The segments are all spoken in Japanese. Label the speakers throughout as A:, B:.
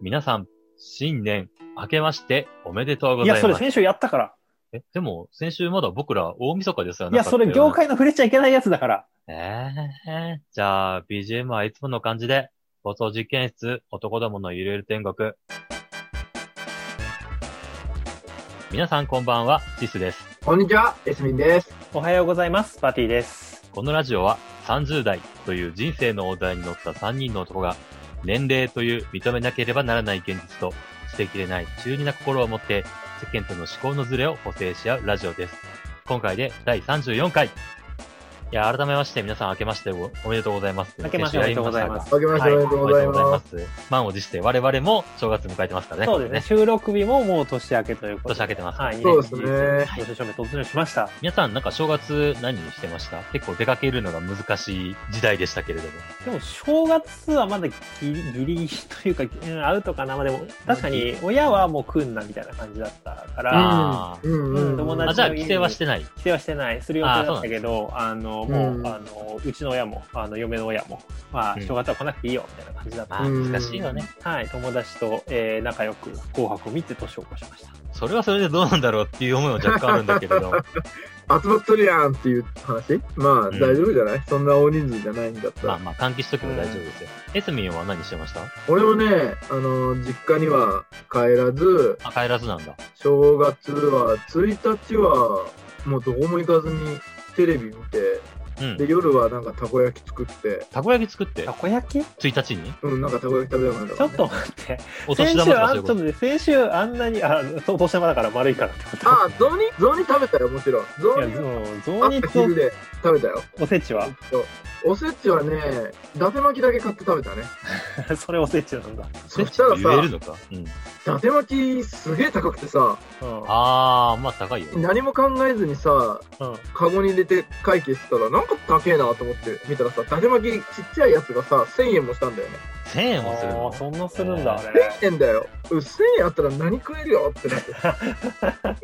A: 皆さん、新年明けましておめでとうご
B: い
A: ざいま
B: や、
A: す。
B: それ先週やったから。
A: え、でも、先週まだ僕ら大晦日ですよ
B: いや、それ業。界の触れちゃいけないやつだから。
A: ええーじゃあ、BGM はいつもの感じで、放送実験室、男どものゆるゆる天国。皆さんこんばんは、シスです。
C: こんにちは、エスミンです。
B: おはようございます。パーティーです。
A: このラジオは30代という人生のお題に乗った3人の男が年齢という認めなければならない現実と捨てきれない中二な心を持って世間との思考のズレを補正し合うラジオです。今回で第34回。いや、改めまして皆さん明けましておおめでとうございます。
B: 明けましておめでとうございます
C: あけましておめでとう
A: お
C: ご
A: め
C: ざ
A: で
C: い
A: とうございま
C: ます。
A: す。満を持して我々も正月迎えてますからね。
B: そうですね。。収録日ももう年明けということで。
A: 年明けてます
B: はい、
C: そうですね
B: 2021年年正面突入しました。
A: 皆さんなんか正月何してました結構出かけるのが難しい時代でしたけれども。
B: でも、正月はまだギリギリというか、うん、アウトかな。まあでも、確かに親はもう来んなみたいな感じだったから、
A: あー
C: うんうんうん。
B: 友
A: あ、
B: 達
A: じゃあ帰省はしてない。
B: 帰省はしてない。する予定だったけど、あの、もう、
C: うん
B: あの、うちの親も、あの、嫁の親も、まあ、
A: うん
B: 正月は来なくていいよ、みたいな感じだった。
A: まあ、
C: うん
A: 難しいよね。
B: はい、友達と、えー仲良く紅白を見て年を越しました。
A: それはそれでどうなんだろうっていう思いは若干あるんだけれど。
C: 集まっとるやんっていう話まあ、
A: ん
C: 大丈夫じゃないそんな大人数じゃないんだった
A: まあ
C: ら。
A: まあ、換気しとけば大丈夫ですよ。エスミンは何してました
C: 俺もね、あの、実家には帰らず、
A: あ、帰らずなんだ。
C: 正月は、1日はもうどこも行かずにテレビ見て、
A: うん
C: で、。夜はなんかたこ焼き作って、
A: たこ焼き作って
B: た、こ焼きち
A: 1日に
C: うん、なんかたこ焼き食べたくなった
B: ょ
C: から
B: っ
C: ね
B: と待って。
A: お年 玉
B: 先週
A: とか
B: あ
A: そ
B: ん
A: う
B: ち
A: いう
B: ょっ
A: こと
B: 待って先週あんなに、あ、そうお年玉だから丸いからってこと。
C: あ、雑煮雑煮食べたよ、もちろん。雑
B: いや、
C: 煮
B: そう、
C: あ
B: 雑
C: っ
B: 煮
C: た昼
B: と
C: で食べたよ。
B: おせちは
C: おせちはね、伊達巻きだけ買って食べたね。
B: それおせちなんだ。
C: そしたら
A: と。言え
C: さ
A: る、のかうん。
C: 伊達巻きすげえ高くてさ、
B: うん。
A: あー、まあ高いよ。
C: 何も考えずにさ、
B: うん。
C: カゴに入れて会計してたら、なんか高えなと思って見たらさ、伊達巻きちっちゃいやつがさ、1000円もしたんだよね。
A: 1000円もする
B: あ
A: の
B: ーそんなするんだ、
A: え
B: あれ。
C: 1000円だよ。う1000円あったら何食えるよってなって。うわー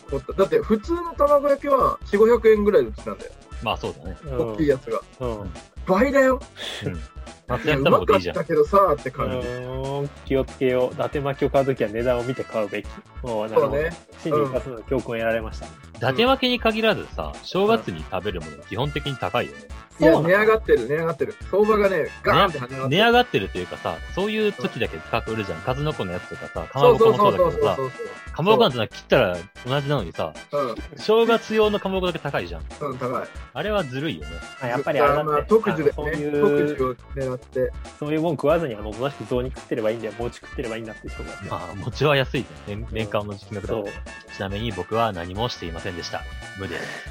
C: って思った。だって普通の卵焼きは4、500円ぐらいで売ってたんだよ。
A: まあそうだね。
B: うん
C: 大きいやつが。
B: うん。う
C: 倍だよ。
A: うん。夏
C: いや
A: 焼き
C: う
A: 卵で
C: まか
A: い
C: っ
A: いじゃん。
C: たけどさーって感じ。
B: ーん気をつけよう。伊達巻きを買うときは値段を見て買うべき。もう、なる
C: そう
B: ほど。
C: ね。
B: 真に生かすの教訓を得られました。
A: 伊達分けに限らずさ、正月に食べるもの基本的に高いよね。
C: いや、
B: そうな
C: 値
B: の
C: 上がってる、値上がってる。相場がね、ガーンって跳ね上がって
A: 値
C: る。
A: 上がってるというかさ、そういう時だけ高く売るじゃん。数の子のやつとかさ、かま
C: そ
A: ぼ
C: う
A: こ
C: そう
A: もそ
C: そう
A: だ
C: うそう
A: けどさ
C: そ、う
A: かまぼこなんてのは切ったら同じなのにさ、
C: そう。
A: 正月用のかまぼこだけ高いじゃん。
C: うん、うん、高い。
A: あれはずるいよね。
B: あやっぱりあれだ
C: まあ
B: って、
C: 特需で
B: あのそう
C: すね
B: いう
C: 特需を狙って
B: そういうもん食わずに、あの、おとなしく雑煮食ってればいいんだよ。餅食ってればいいんだって、しょうがない。
A: まあ、餅は安いね。年年間の金額だ
B: そ
A: と
B: う。
A: ちなみに僕は何もしていませんでした。無です。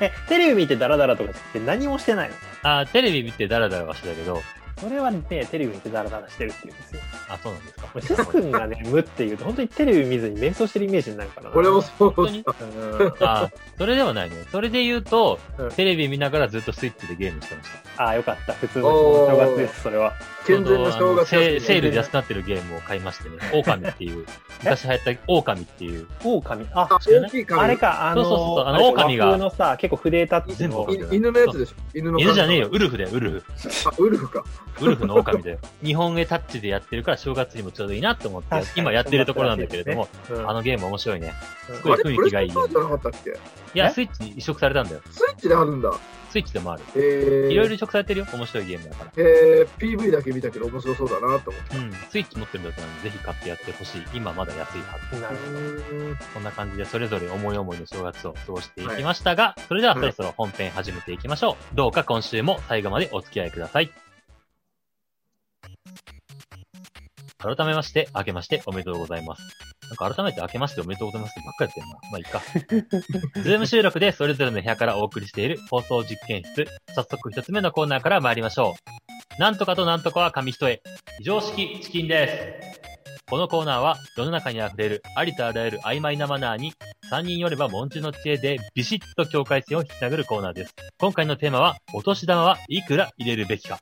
B: え、テレビ見てダラダラとかじゃなくて何もしてないの
A: あー、テレビ見てダラダラはしてたけど、
B: それはね、テレビ見てダラダラしてるっていうんですよ。
A: あ、そうなんですか
B: も。うシス君がね、無っていうと、本当にテレビ見ずに瞑想してるイメージになるからな。
C: 俺もそう
A: 本当に
B: うん。
A: あー、それではないね。それで言うと
B: うん、
A: テレビ見ながらずっとスイッチでゲームしてました。
B: ああ、よかった。普通の正月です、それは。
C: 健全な正月
A: ちょうどあのセセールで安
C: す
A: くなってるゲームを買いましてね、狼っていう、昔流行った狼っていう、
B: 狼。あ、
C: あ大きい
B: あ
C: 紙
B: れか、あのー、
A: そうそうそうあの
B: あれ
A: 狼が
B: 和風のさ、結構筆タッチの
A: 全。
C: い犬のやつでしょ犬の
A: 犬じゃねえよ、
C: う
A: ウルフだよ、ウルフ。
C: あウル フか
A: ウルフの狼だよ。 日本へタッチでやってるから正月にもちょうどいいなと思って
B: 確か、に
A: 今やってるところなんだけれども、
B: うん
A: あのゲーム面白いね。
B: うん
A: す
C: あ
A: ごい
C: れ
A: 雰囲気がいい
C: プレステ4じゃなかったっけ
A: いや、
B: え
A: スイッチに移植されたんだよ。
C: スイッチであるんだ
A: スイッチでもある。
C: えー、
A: いろいろ移植されてるよ。面白いゲームだから。
C: えー、PV だけ見たけど面白そうだなと思って
A: うん。スイッチ持ってるんだったらぜひ買ってやってほしい。今まだ安いはず。
B: なるほど。
A: こんな感じでそれぞれ思い思いの正月を過ごしていきましたが、それではそろそろ本編始めていきましょう。どうか今週も最後までお付き合いください。改めまして、明けましておめでとうございます。なんか改めて明けましておめでとうございますってばっかりやってんな。まあいいか。 ズーム収録でそれぞれの部屋からお送りしている放送実験室。早速一つ目のコーナーから参りましょう。なんとかとなんとかは紙一重。常識チキンです。このコーナーは世の中に溢れるありとあらゆる曖昧なマナーに3人よれば文中の知恵でビシッと境界線を引き殴るコーナーです。今回のテーマはお年玉はいくら入れるべきか。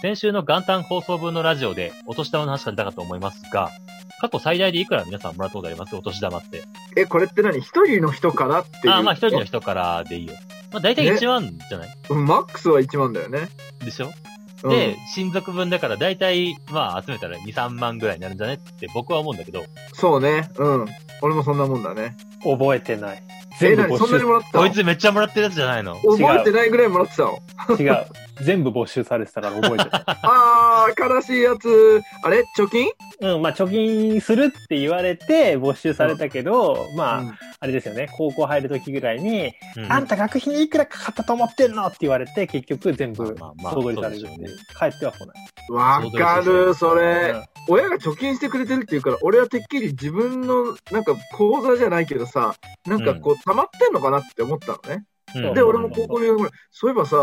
A: 先週の元旦放送分のラジオでお年玉の話が出たかと思いますが、過去最大でいくら皆さんもらったことありますお年玉って。
C: えこれって何一人の人からっていう
A: ああ、まあ一人の人からでいいよ。まあ大体
C: ね
A: 1万じゃない、
C: マックスは1万だよね
A: でしょで、親族分だから大体、まあ集めたら2、3万ぐらいになるんじゃねって僕は思うんだけど、
C: そうね。うん。俺もそんなもんだね。
B: 覚えてない。
C: え、
B: 全部
C: 何そ
B: 募
C: んなに
B: 集。
C: もらってたの
A: こいつめっちゃもらってるやつじゃないの。
C: 覚えてないぐらいもらってたの。
B: 違う。全部没収されてたから覚えてない。
C: あー、悲しいやつ。あれ貯金
B: うん、まあ貯金するって言われて募集されたけど、まあ、
C: うん
B: あれですよね、高校入る時ぐらいに、
A: うん
B: あんた学費にいくらかかったと思ってんのって言われて、結局全部
A: まあまあまあ
B: 総取りされる
A: そうでしょうね
B: 帰っては来ない。
C: わかる、それ。
B: うん
C: 親が貯金してくれてるっていうから、俺はてっきり自分の、なんか、口座じゃないけどさ、なんかこう、溜まってんのかなって思ったのね。
A: うん
C: で、俺も高校の頃、そういえばさ、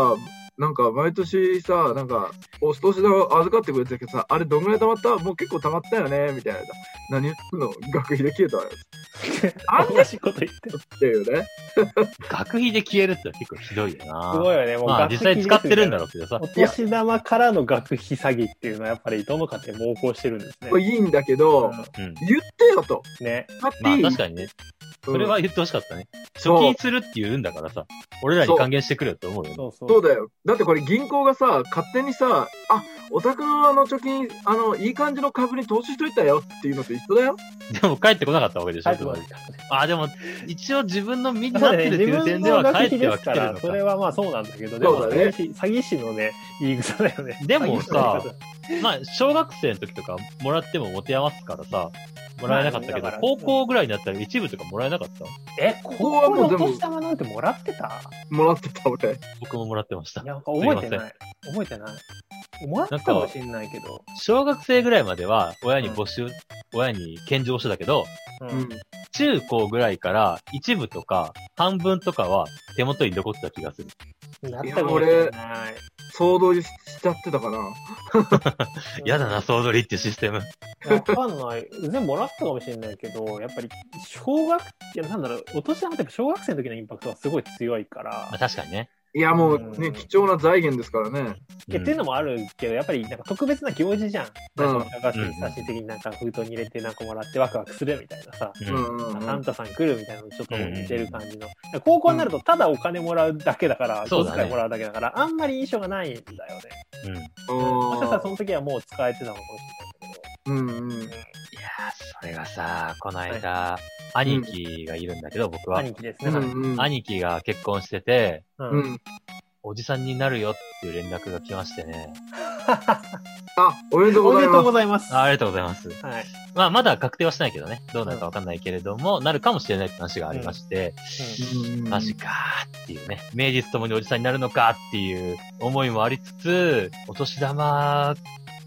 C: なんか、毎年さ、なんか、お年玉預かってくれてたけどさ、あれどんぐらい溜まったもう結構溜まったよね、みたいな。何言ってんの学費で消え たわよ。あんた
B: 同じこと言ってる。す
C: っていうね。
A: 学費で消えるってのは結構ひどいよな。
B: ごいよね、もう
A: まあ
B: 学
A: 実
B: 費
A: 際使ってるんだ
B: ろ。
A: ろうけどさ
B: お。年玉からの学費詐欺っていうのはやっぱりどの家庭も横行してるんですね
C: こ。れいいんだけど、
A: うん。
C: 言ってよと。
B: ね。
C: 買って
A: ま
C: い
A: あ
C: い、
A: 確かにね、それ
C: うん
A: は言ってほしかったね。貯
C: そう
A: 金するって言うんだからさ、俺らに還元してくれよと思うよね。
B: そうそう。
C: そうだよ。だってこれ銀行がさ、勝手にさ、あ、お宅のあの貯金、あの、いい感じの株に投資しといたよっていうのと一緒だよ。
A: でも帰ってこなかったわけでしょ、
B: 帰ってこない
A: つまりあ、でも、一応自分の身に
B: そ
A: な
B: う
A: っ
B: だ
A: てるっ
B: ね
A: て
B: 自
A: いう
B: 分
A: 点で
B: の
A: は
B: 学
A: 帰
B: 費
A: って
B: で
A: は
B: す
A: 来
B: か
A: てる
B: ら、
A: の
B: それ
A: か。
B: はまあそうなんだけど、でも
C: そうだね
B: 詐欺師詐欺師のね、言い草だよね。
A: でもさ
B: 詐欺師の言い草、
A: まあ、小学生の時とかもらっても持て余すからさ、もらえなかったけ
B: まあ
A: ど
B: だか、ら
A: 高校ぐらいになったら一部とかもらえなかった
B: え、高
C: こは
B: 校
C: も
B: の
C: う
B: お
C: でも
B: 年玉なんてもらってた
C: もらってた俺。
A: 僕ももらってました
B: い。や、なんか覚えてない。覚えてない。思ったかもしんないけど。
A: 小学生ぐらいまでは親に募集、親に献上してたけど、
B: う
C: うん
B: ん。。
A: 中高ぐらいから一部とか半分とかは手元に残ってた気がする。
B: なったかもしんない。
C: 想像しちゃってたかな。
B: うん
A: やだな、。総取りってシステム。
B: わかんない。全部もらったかもしんないけど、やっぱり、小学、いや、なんだろう、お年玉ってやっぱ小学生の時のインパクトがすごい強いか
A: まあ、
B: ら。
A: 確かにね。
C: いや、もう
B: う
C: ね、
B: ん
C: 貴重な財源ですからね。
B: えっていうのもあるけど、やっぱりなんか特別な行事じゃん。
C: うん
B: なんか小学生に差し的になんか封筒に入れてなんかもらってワクワクするみたいなさ。
A: うん
C: う
A: うん
C: んうんうん。
B: サンタさん来るみたいなのにちょっと似てる感じの。高校になるとただお金もらうだけだから、
A: そう
B: 小
A: だね
B: 遣いもらうだけだから、あんまり印象がないんだよね。
A: うん。いや
B: もしかしたらそ
C: あ
B: の時はもう使えてたのかもし
C: ーうんうん。
A: ーそれがさ、この間、兄貴がいるんだけど、僕
B: れな
A: は。
B: いけど。兄貴です
C: う
B: ね。はい
C: んうん。
A: 兄貴が結婚してて、
B: う。
C: うんん。
A: おじさんになるよっていう連絡が来ましてね。
C: あ、おめでとう
B: お
C: ご
B: めで
C: ざい
B: とう
C: ま
B: ございます。
A: ああ
B: は
A: りがとうございます。
B: い。
A: まあ、まだ確定はしてないけどね。どうなるかわかんないけれども、なるかもしれないって話がありまして、
C: す。うん
A: マジかーっていうね。名実ともにおじさんになるのかっていう思いもありつつ、お年玉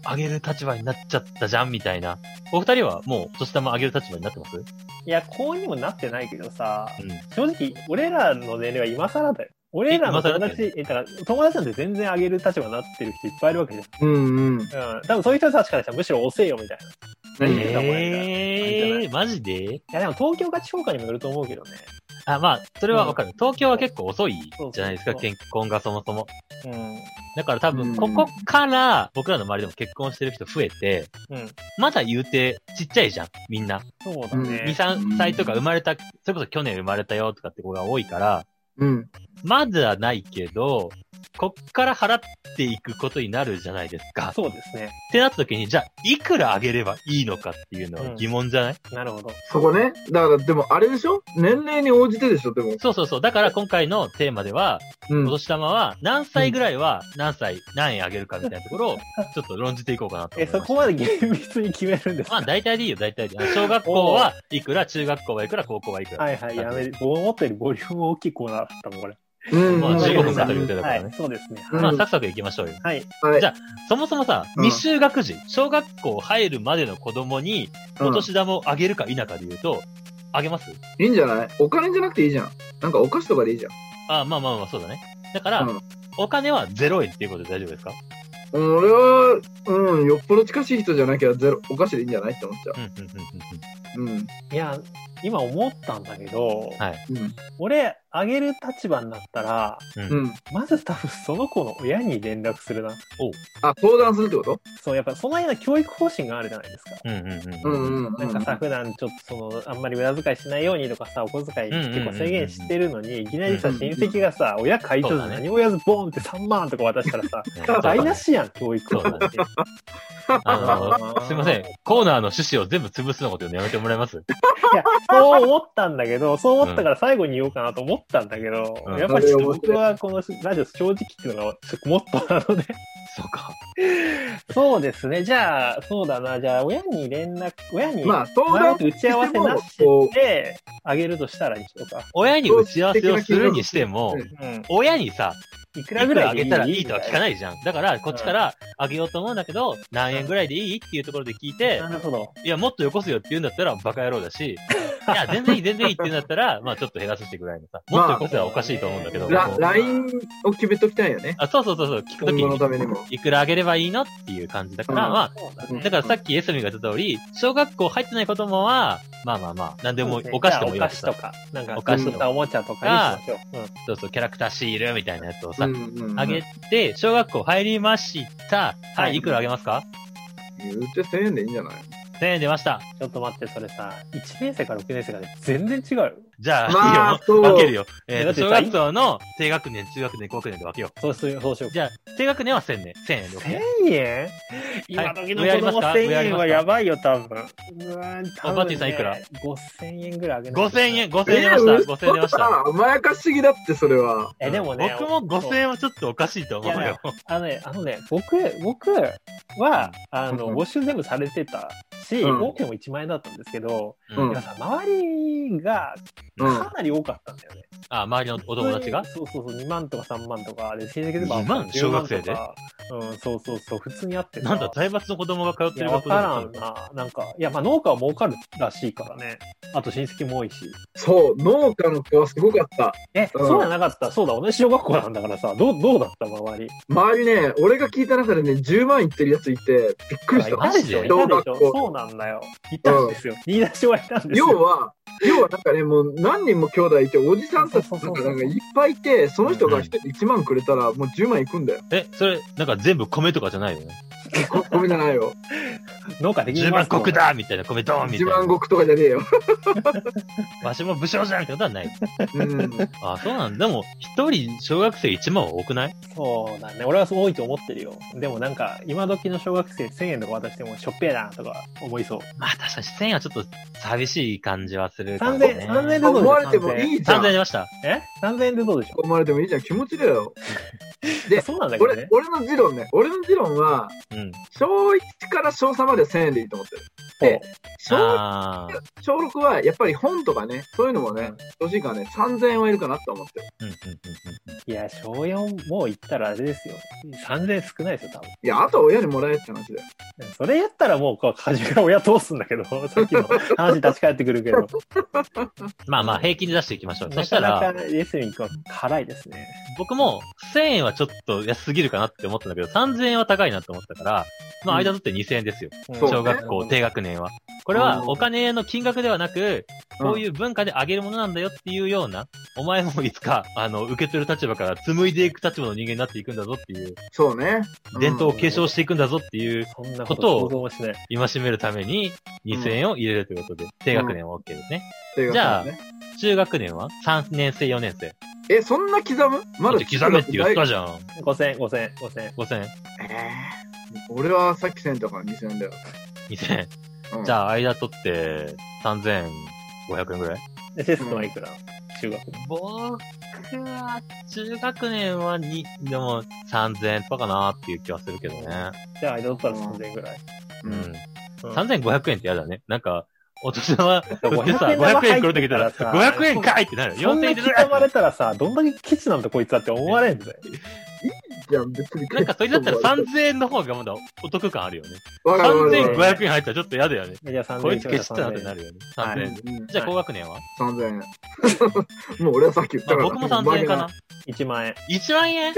A: あげる立場になっちゃったじゃんみたいな。お二人はもうお年玉あげる立場になってますうん。
B: いや、こうにもなってないけどさ、正直、俺らの年齢は今更だよ。俺らの友達、え、だから友達なんて全然あげる立場になってる人いっぱいいるわけじ
C: うんうん。
B: ゃん。うん。多分そういう人たちからしたらむしろ遅えよみたいな。何言ってたもん
A: ええー、マジで
B: いや、でも東京ガチ評価にもよると思うけどね。
A: あ、まあ、それはわかる。東京は結構遅い
B: そう
A: じゃないですか、
B: そうそう
A: 結婚がそもそも。
B: うん。
A: だから多分、
C: う
A: こ
C: ん
A: こから僕らの周りでも結婚してる人増えて、
B: うん。
A: まだ言うてちっちゃいじゃん、みんな。
B: そうだ
C: う
B: ね。
C: ん
A: 2、3歳とか生まれた、それこそ去年生まれたよとかって子が多いから、
C: うん。
A: まずはないけど、こっから払っていくことになるじゃないですか。っ
B: そうですね。
A: てなった時に、じゃあ、いくらあげればいいのかっていうのは疑問じゃない、
B: なるほど。
C: そこね。だから、でもあれでしょ年齢に応じてでしょでも。
A: そうそうそう。だから今回のテーマでは、
C: う
A: お
C: ん。
A: 年玉は何歳ぐらいは何歳、何円あげるかみたいなところを、ちょっと論じていこうかなと
B: え、
A: 思います。
B: そこまで厳密に決めるんです
A: まあ
B: か
A: 大体でいいよ、大体で。小学校はいくら、中学校はいくら、高校はいくら。
B: はいはい、やめ、思ったよりボリューム大きいコーナーだったもん、これ。
C: うん。
A: まあ15分
B: だ
A: かという予定だからね
B: はい、そうですね。
C: うん
A: ま
B: は
A: あ
B: い。
A: サクサク行きましょうよ。
B: はい。
C: はい
A: じゃそもそもさ、
C: うん
A: 未就学児、小学校入るまでの子供に、
C: うん
A: お年玉をあげるか否かで言うと、あげます
C: いいんじゃないお金じゃなくていいじゃん。なんかお菓子とかでいいじゃん。
A: あまあまあまあ、そうだね。だから、
C: うん
A: お金は0円っていうことで大丈夫ですか
C: うん俺は、うん、よっぽど近しい人じゃなきゃゼロ、お菓子でいいんじゃないって思っちゃ
A: うんうんうんうんうん。
C: う。うん。
B: いや、今思ったんだけど、
A: はい
C: うん。
B: 俺、あげる立場になったら、
A: うん。
C: うん。
B: まず多分その子の親に連絡するな。
C: あ、相談するってこと
B: そう、やっぱその間教育方針があるじゃないですか。
A: うんうん
C: う
A: うん。
C: んうんうん。
B: なんかさ、普段ちょっとその、あんまり無駄遣いしないようにとかさ、お小遣い結構制限してるのに、いきなりさ、
C: うん
B: 親戚がさ、親買い取らず何も言わずボーンって3万とか渡したらさ、
A: そうだ
B: 台無
A: ね
B: しやん、教育は。
A: あの、すいません。コーナーの趣旨を全部潰すのこと言うのやめてもらえます
B: いや、そう思ったんだけど、そう思ったから最後に言おうかなと思ったんだけど、
A: うん
B: やっぱりちょっと僕はこのラジオ正直っていうのがちょっともっとなので、
A: そうか。
B: そうですね、じゃあ、そうだな、じゃあ、親に連絡、親に、
C: まあ、相
B: 前もっ
C: 談
B: て打ち合わせなし
C: こ
B: で、あげるとしたらにしようか。
A: 親に打ち合わせをするにしても
C: う、ん
B: うん。
A: 親にさ、
B: いく
A: い
B: ら
A: く
B: ぐら
A: ら
B: い
A: あ
B: でい
A: げ
B: い
A: たらいいとは聞か
B: い。
A: ないじゃん。だから、こっちからあげようと思うんだけど、何円ぐらいでいいっていうところで聞いて、
B: なるほど。
A: いや、もっとよこすよって言うんだったらバカ野郎だ し、いや、全然いい、全然いいって言うんだったら、まあちょっと減らすしてぐらいのさ、もっとよこせはおかしいと思うんだけど、
C: う、
B: う
C: ラ
A: こう
B: ラ
C: LINE を決めときたいよね。
A: あそうそうそうそう、聞く
C: 今
A: とき
C: 後のた
A: に、
C: めにも。
A: いくらあげればいいのっていう感じだから、
C: うん
A: ま
B: そうだ
A: あ、
B: ね
A: だからさっきエスミが言った通り、小学校入ってない子供は、まあまあまあ、なんでもお菓子ともいい
B: じゃ
A: わ
B: あ
A: け
B: お菓子
A: さ
B: と、か、なんか、
A: お
B: お
A: 菓
B: 菓子
C: 子とか
B: とかおもちゃとかにしましょう。
A: そうそう、キャラクターシールみたいなやつをさ、あ
C: あ
A: げて、小学校入りました。は、
B: はいい
A: いくらあげますか
C: 言うて1000円でいいんじゃない
A: ?1000 円出ました。
B: うん。ちょっと待って、それさ、1年生から6年生が全然違うよ。
A: じゃあ、
C: まあ
A: いいよ。
C: そう
A: 分けるよ。えー
B: だ
A: と
B: って
A: 小
B: さ
A: 学校の低学年、中学年、高学年で分けよう。
B: そうする、そうしよう。
A: じゃあ、低学年は1000円。1000円で OK
B: 1000。円今時の
A: 上あ
B: 子
A: ります
B: 供
A: か
B: 1000
A: 上あります
B: 円
A: か
B: はやばいよ、多分。うわー多分ね
A: おばてぃさんいくら
B: ?5000 円ぐらいあげない
A: 5000円、5000円
C: え
A: 出ました。5000円出ました。
C: た。甘やかしすぎだって、それは。
B: え、でもね、
A: 僕も5000円はちょっとおかしいと思う
B: いやい
A: よ
B: や。あのね、あのね、僕、僕は、あの、
C: うん
B: 募集全部されてたし、
C: うん
B: 多くても1万円だったんですけど、
A: う
C: うん
B: なんかさ、周りが
C: うん。
B: かなり多かったんだよね。
A: あ、周りのお友達が
B: そうそうそう、2万とか3万とか、で、成績でも
A: 2万
B: 10とか
A: 小学生で
B: うん、そうそうそう、普通にあってさ
A: なんだ、財閥の子供が通っ
B: い
A: て
B: や、
A: る
B: わ
A: 学校だ
B: からんな。なんか、いや、まあ農家は儲かるらしいからね。あと親戚も多いし。
C: そう、農家の子はすごかった。
B: え、
C: うん
B: そうじゃなかったそうだ、同じ小学校なんだからさ、どう、どうだった周り。
C: 周りね、俺が聞いた中でね、10万いってるやついて、びっくりし
A: や
C: た。
A: マジで
B: いたでし
C: 小
B: ょ
C: 学校
B: そうなんだよ。いたんですよ。言い出しはいたんですよ。
C: 要は、要はなんかね、もう何人も兄弟いて、おじさんたちとかなんかいっぱいいて、その人が1万くれたら、もう10万いくんだよ。
A: え、それ、なんか全部米とかじゃないよね。
C: ごごめんじゃない よ。
B: 農家でき
A: 10
B: ま
A: 万
B: すもん
A: 石だみたいな、米ドーンみたい
C: 1万
A: な。
C: 石とかじゃねえよ。
A: わしも武将じゃんみたいなことはない。
C: うん。
A: あ、そうなんだ。でも、一人小学生1万は多くない
B: そうだね。俺はそう多いと思ってるよ。でもなんか、今時の小学生1000円とか渡しても、しょっぺーなとか思いそう。
A: まあ確かに1000円はちょっと寂しい感じはするかも、
B: 3000
A: ね。
B: 円、3000円でどうでし
C: 思
B: ょう
C: われてもいいじゃ
A: 3000出
C: ん。
A: ました。
B: え ?3000 円でどうでしょ
C: 思われてもいいじゃん。気持ちだよ。
B: う
C: で
B: そうなんだけど
C: 俺
B: ね、。
C: 俺の持論ね。俺の持論は、
A: うん。
C: 小1から小3までは1000円でいいと思ってる。で小
A: ああ。
C: 小6はやっぱり本とかね、そういうのも
B: う
C: ね
B: ん、
C: 欲しいからね、3000円はいるかなと思ってる。
A: うんうんうんうん。
B: いや、小4もう行ったらあれですよ。3000円少ないですよ、多分。
C: いや、あとは親にもらえって話だよ。
B: それやったらもう、こう、端から親通すんだけど、 さっきの話に立ち返ってくるけど。
A: まあまあ平均で出していきましょう。そ
B: な
A: した、
B: からなかレスリングは辛いですね。
A: 僕も1000円はちょっと安すぎるかなって思ったんだけど、3000円は高いなって思ったから、まあ間取って2000円ですよ。
C: そうね
A: 小学校、低学年は。これはお金の金額ではなく、こういう文化であげるものなんだよっていうような、お前もいつか、あの、受け取る立場から紡いでいく立場の人間になっていくんだぞっていう、
C: そうね。
A: 伝統を
C: うん
A: 継承していくんだぞっていう、
B: そんな
A: こ
B: ことと
A: を
B: 想像もしない。
A: 今しめるために2000円を入れるということで、低学年は OK ですね。
C: っていう
A: じゃ
C: か
A: あ
C: ね
A: 中学年は3年生、4年生。
C: え、そんな刻むまだ
A: だって刻めって言ったじゃん。
B: 5000円、5000円、5000円。
A: 5000円、
C: えー俺はさっき1000だから2000だよ。
A: 2000円。
C: うん
A: じゃあ、間取って、3500円ぐらい
B: で、テストはいくら中学の。
A: 僕は、中学年はに、でも、3000円とかかなっていう気はするけどね。
B: じゃあ、間取ったら3000円ぐらい。
C: う
A: うんん。
B: うん
A: 3500円って嫌だね。なんか、お年 玉振ってさ、
B: 500円玉
A: 500円くれてきたら、
B: 入ってたらさ
A: 500円かいってなる。
B: そん
A: 4000
B: な
A: 円で
B: 刻まれたらさ、どんだけケチなんだこいつだって思われんぜ。
C: じゃあ別に。
A: なんか、それだったら3000円の方がまだお得感あるよね。
C: わかるわかるわかる
A: 3500円入ったらちょっと嫌だよね。
B: じゃあ3000円。
A: こいつ消したなってな
B: る。
A: るよね。
B: はい
A: 3000円で。
C: うん
A: じゃあ、高学年は
C: 3000円。も う俺はさっき言っ
A: ま
C: た
A: あ、
C: から。
A: 僕も3000円かな。。
B: 1万円。
A: 1万円
C: え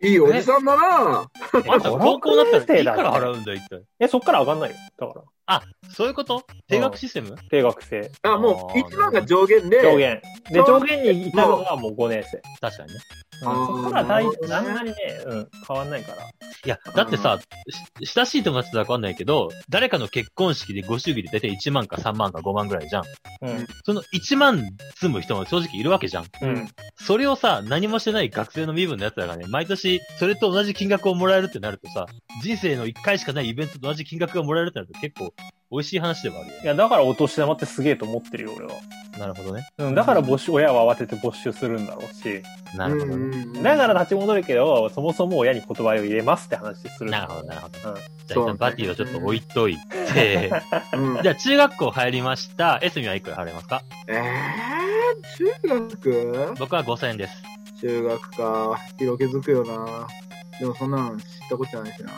C: えー、いいおじさんだな
A: あんた高校だったらいくら払うんだよ、一体。
B: え、そっから上がんないよ。だから。
A: あ、そういうこと定額システム
B: 定額制。
C: あ、もう1万が上限で、
B: 上限。で、上限にいたのがもう5年生。
A: 確かにね。
B: うん、
C: あー
B: そこから大
C: なるほど
B: あ
C: ね
B: んまりね、うん、変わんないから。
A: いや、だってさ、し親しい友達だかわかんないけど、誰かの結婚式でご祝儀で大体1万か3万か5万ぐらいじゃん。
B: うん。
A: その1万積む人も正直いるわけじゃん。
B: うん。
A: それをさ、何もしてない学生の身分のやつらがね、毎年それと同じ金額をもらえるってなるとさ、人生の1回しかないイベントと同じ金額がもらえるってなると結構美味しい話ではあるよ
B: い
A: ね。
B: や、だからお年玉ってすげえと思ってるよ、俺は。
A: なるほどね。
B: うん、だから募集、親は慌てて募集するんだろうし、
A: なるほどね。
C: うんうんうん
B: だから立ち戻るけど、そもそも親に言葉を入れますって話する。
A: なるほど、なるほど。
B: うん。
A: じゃあ一
C: そう
A: 旦
C: ね
A: バティをちょっと置いといて、
C: うん
A: じゃあ中学校入りました。エスミはいくら払いますか
C: えー、中学
A: 僕は5000円です。
C: 中学か。色気づくよな。でもそんなの知ったことない しな。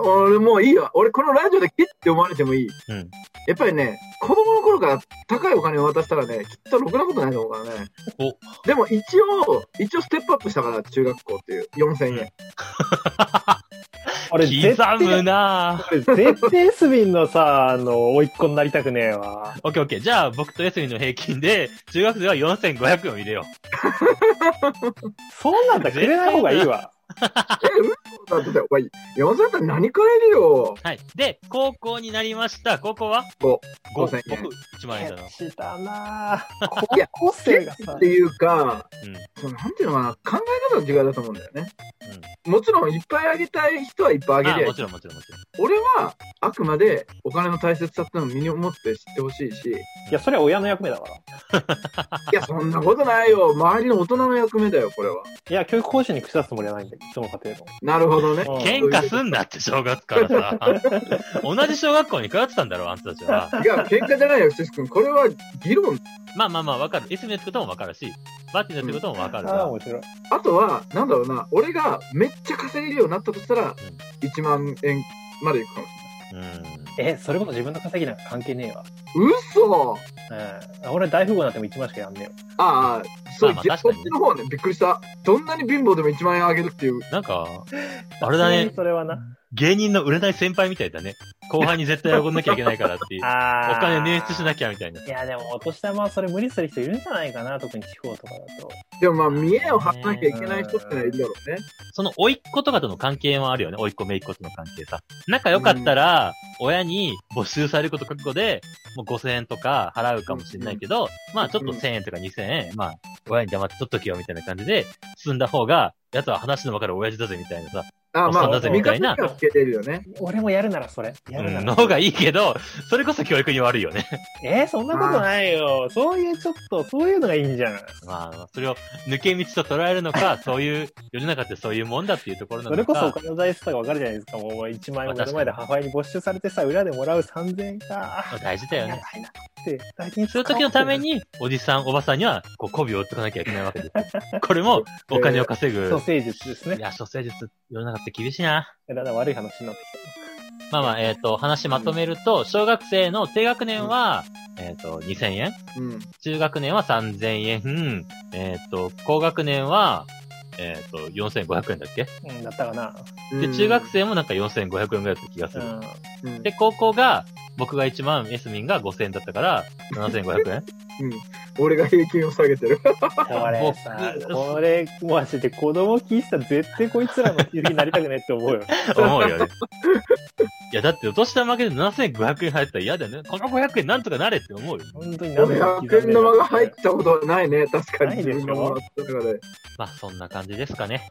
C: 俺もういいよ。俺このラジオでケって思われてもいい。
A: うん。
C: やっぱりね、子供の頃から高いお金を渡したらね、きっとろくなことないと思うからね。
A: お
C: でも一応、一応ステップアップしたから、中学校っていう。4000円。
B: 俺、絶対、
A: 刻むなぁ。
B: 絶対エスビンのさ、あの、甥いっ子になりたくねえわ。
A: オッケーオッケー。じゃあ僕とエスミの平均で、 中学生は4500円を入れよ
B: そんなんだ、くれない方がいいわ。
C: え、嘘だって、お前、4000円だったら何買えるよ。
A: う。はい。で、高校になりました。高校は
C: 五
A: 五
C: 5000円
A: 僕1万円だな。
B: したなぁ。
C: いや、
B: 個性がさ
C: って、いうか、
A: うん
C: そのなんていうのかな、考え方の違いだと思うんだよね。もちろん、いっぱいあげたい人はいっぱいあ
A: あ
C: げりゃい
A: も
C: い
A: ちろんもちろんもちろん。
C: 俺は、あくまでお金の大切さってのを身に思って知ってほしいし、
B: いや、それは親の役目だから。
C: いや、そんなことないよ。周りの大人の役目だよ、これは。
B: いや、教育方針に口出すつもりはないんだけど、人の家庭の。
C: なるほどね。
B: うん
A: 喧嘩すんなって正月からさ。同じ小学校に通ってたんだろ、あんたたちは。
C: いや、喧嘩じゃないよ、しし君。これは議論。
A: まあまあまあ、わかる。エスミのやってることもわかるし、バッティのやってることもわかる
B: ああ、
A: か
B: 面白い。
C: あとは、なんだろうな、俺がめっちゃ稼げるようになったとしたら、1万円までいくかもし
A: ら。うん。
B: え、それこそ自分の稼ぎなんか関係ねえわ。
C: れない。嘘
B: うん。俺、大富豪になっても1万しかやんねえよ。
C: ああ、そ
A: ま
C: う、
A: あまあ
C: じ
A: 確
C: そ
A: か
C: っ
A: に
C: ちの方ね、びっくりした。どんなに貧乏でも1万円あげるっていう。
A: なんか、あれだね
B: それはな。。
A: 芸人の売れない先輩みたいだね。後輩に絶対おごんなきゃいけないからっていう
B: あ
A: お金捻出しな
B: き
A: きゃみたいな。
B: いや、でも、お年玉はそれ無理する人いるんじゃないかな、特に地方とかだと。
C: でもまあ、見栄を張らなきゃいけない人ってのはいるだろうね。
A: その、甥いっ子とかとの関係もあるよね。甥いっ子、姪っ子との関係さ。仲良かったら、親に募集されること覚悟で、もう5000円とか払うかもしれないけど、まあちょっと1000円とか2000円、まあ、親に黙って取っとけよみたいな感じで、進んだ方が、奴は話の分かる親父だぜみたいなさ。
C: ああ、ま
B: おっ
C: あ、
B: さんだぜ
C: 見
B: み
A: た
C: 方
A: い
C: に
A: な
C: はつけてるよね。
B: 俺もやるならそれ。や
A: う、
B: るなんら。
A: の方がいいけど、それこそ教育に悪いよね。
B: えーそんなことないよ。そういう、ちょっと、そういうのがいいんじゃん。
A: まあ、それを抜け道と捉えるの か、そういう、世の中ってそういうもんだっていうところなの
B: そ
A: か。
B: れこそお金の大切さがわかるじゃないですか。もう1万円も目の前で母親に没収されてさ、裏でもらう3000円
A: まあ
B: か。
A: 大事だよ
B: や
A: ね。
B: ばいなって、大事に
A: そ
B: 使
A: う
B: お
A: いう時
B: って
A: のために、おじさん、おばさんには、こう、媚びを売っとかなきゃいけないわけです。これも、お金を稼ぐ
B: ソ。ーセージですね
A: い。や、諸生術、世の中って厳しいな。
B: だんだん悪い話になってき
A: まあまあ、えっ、と、話まとめると、小学生の低学年は、えっ、と、2000円
C: うん。
A: 中学年は3000円えっ、と、高学年は、えっ、と、4500円だっけ
B: た。うん、だったかな。
A: で、中学生もなんか4500円ぐらいだった気がす
B: う
A: る。
B: ん。
C: うん
A: で、高校が、僕が1万、エスミンが5000円だったから、7500円
C: うん、俺が平均を下げてる。
B: これさ、これ、マジで子供聞いてたら絶対こいつらの気づきになりたくねって思うよ。
A: 思うよね。いや、だって、お年玉けで7500円入ったら嫌だよね。この500円なんとかなれって思うよ。
B: 本当に
C: 俺、100円玉が入ったことはないね。確かに。
B: ないでしょ
C: 自分がもらった中で。
A: まあ、そんな感じですかね。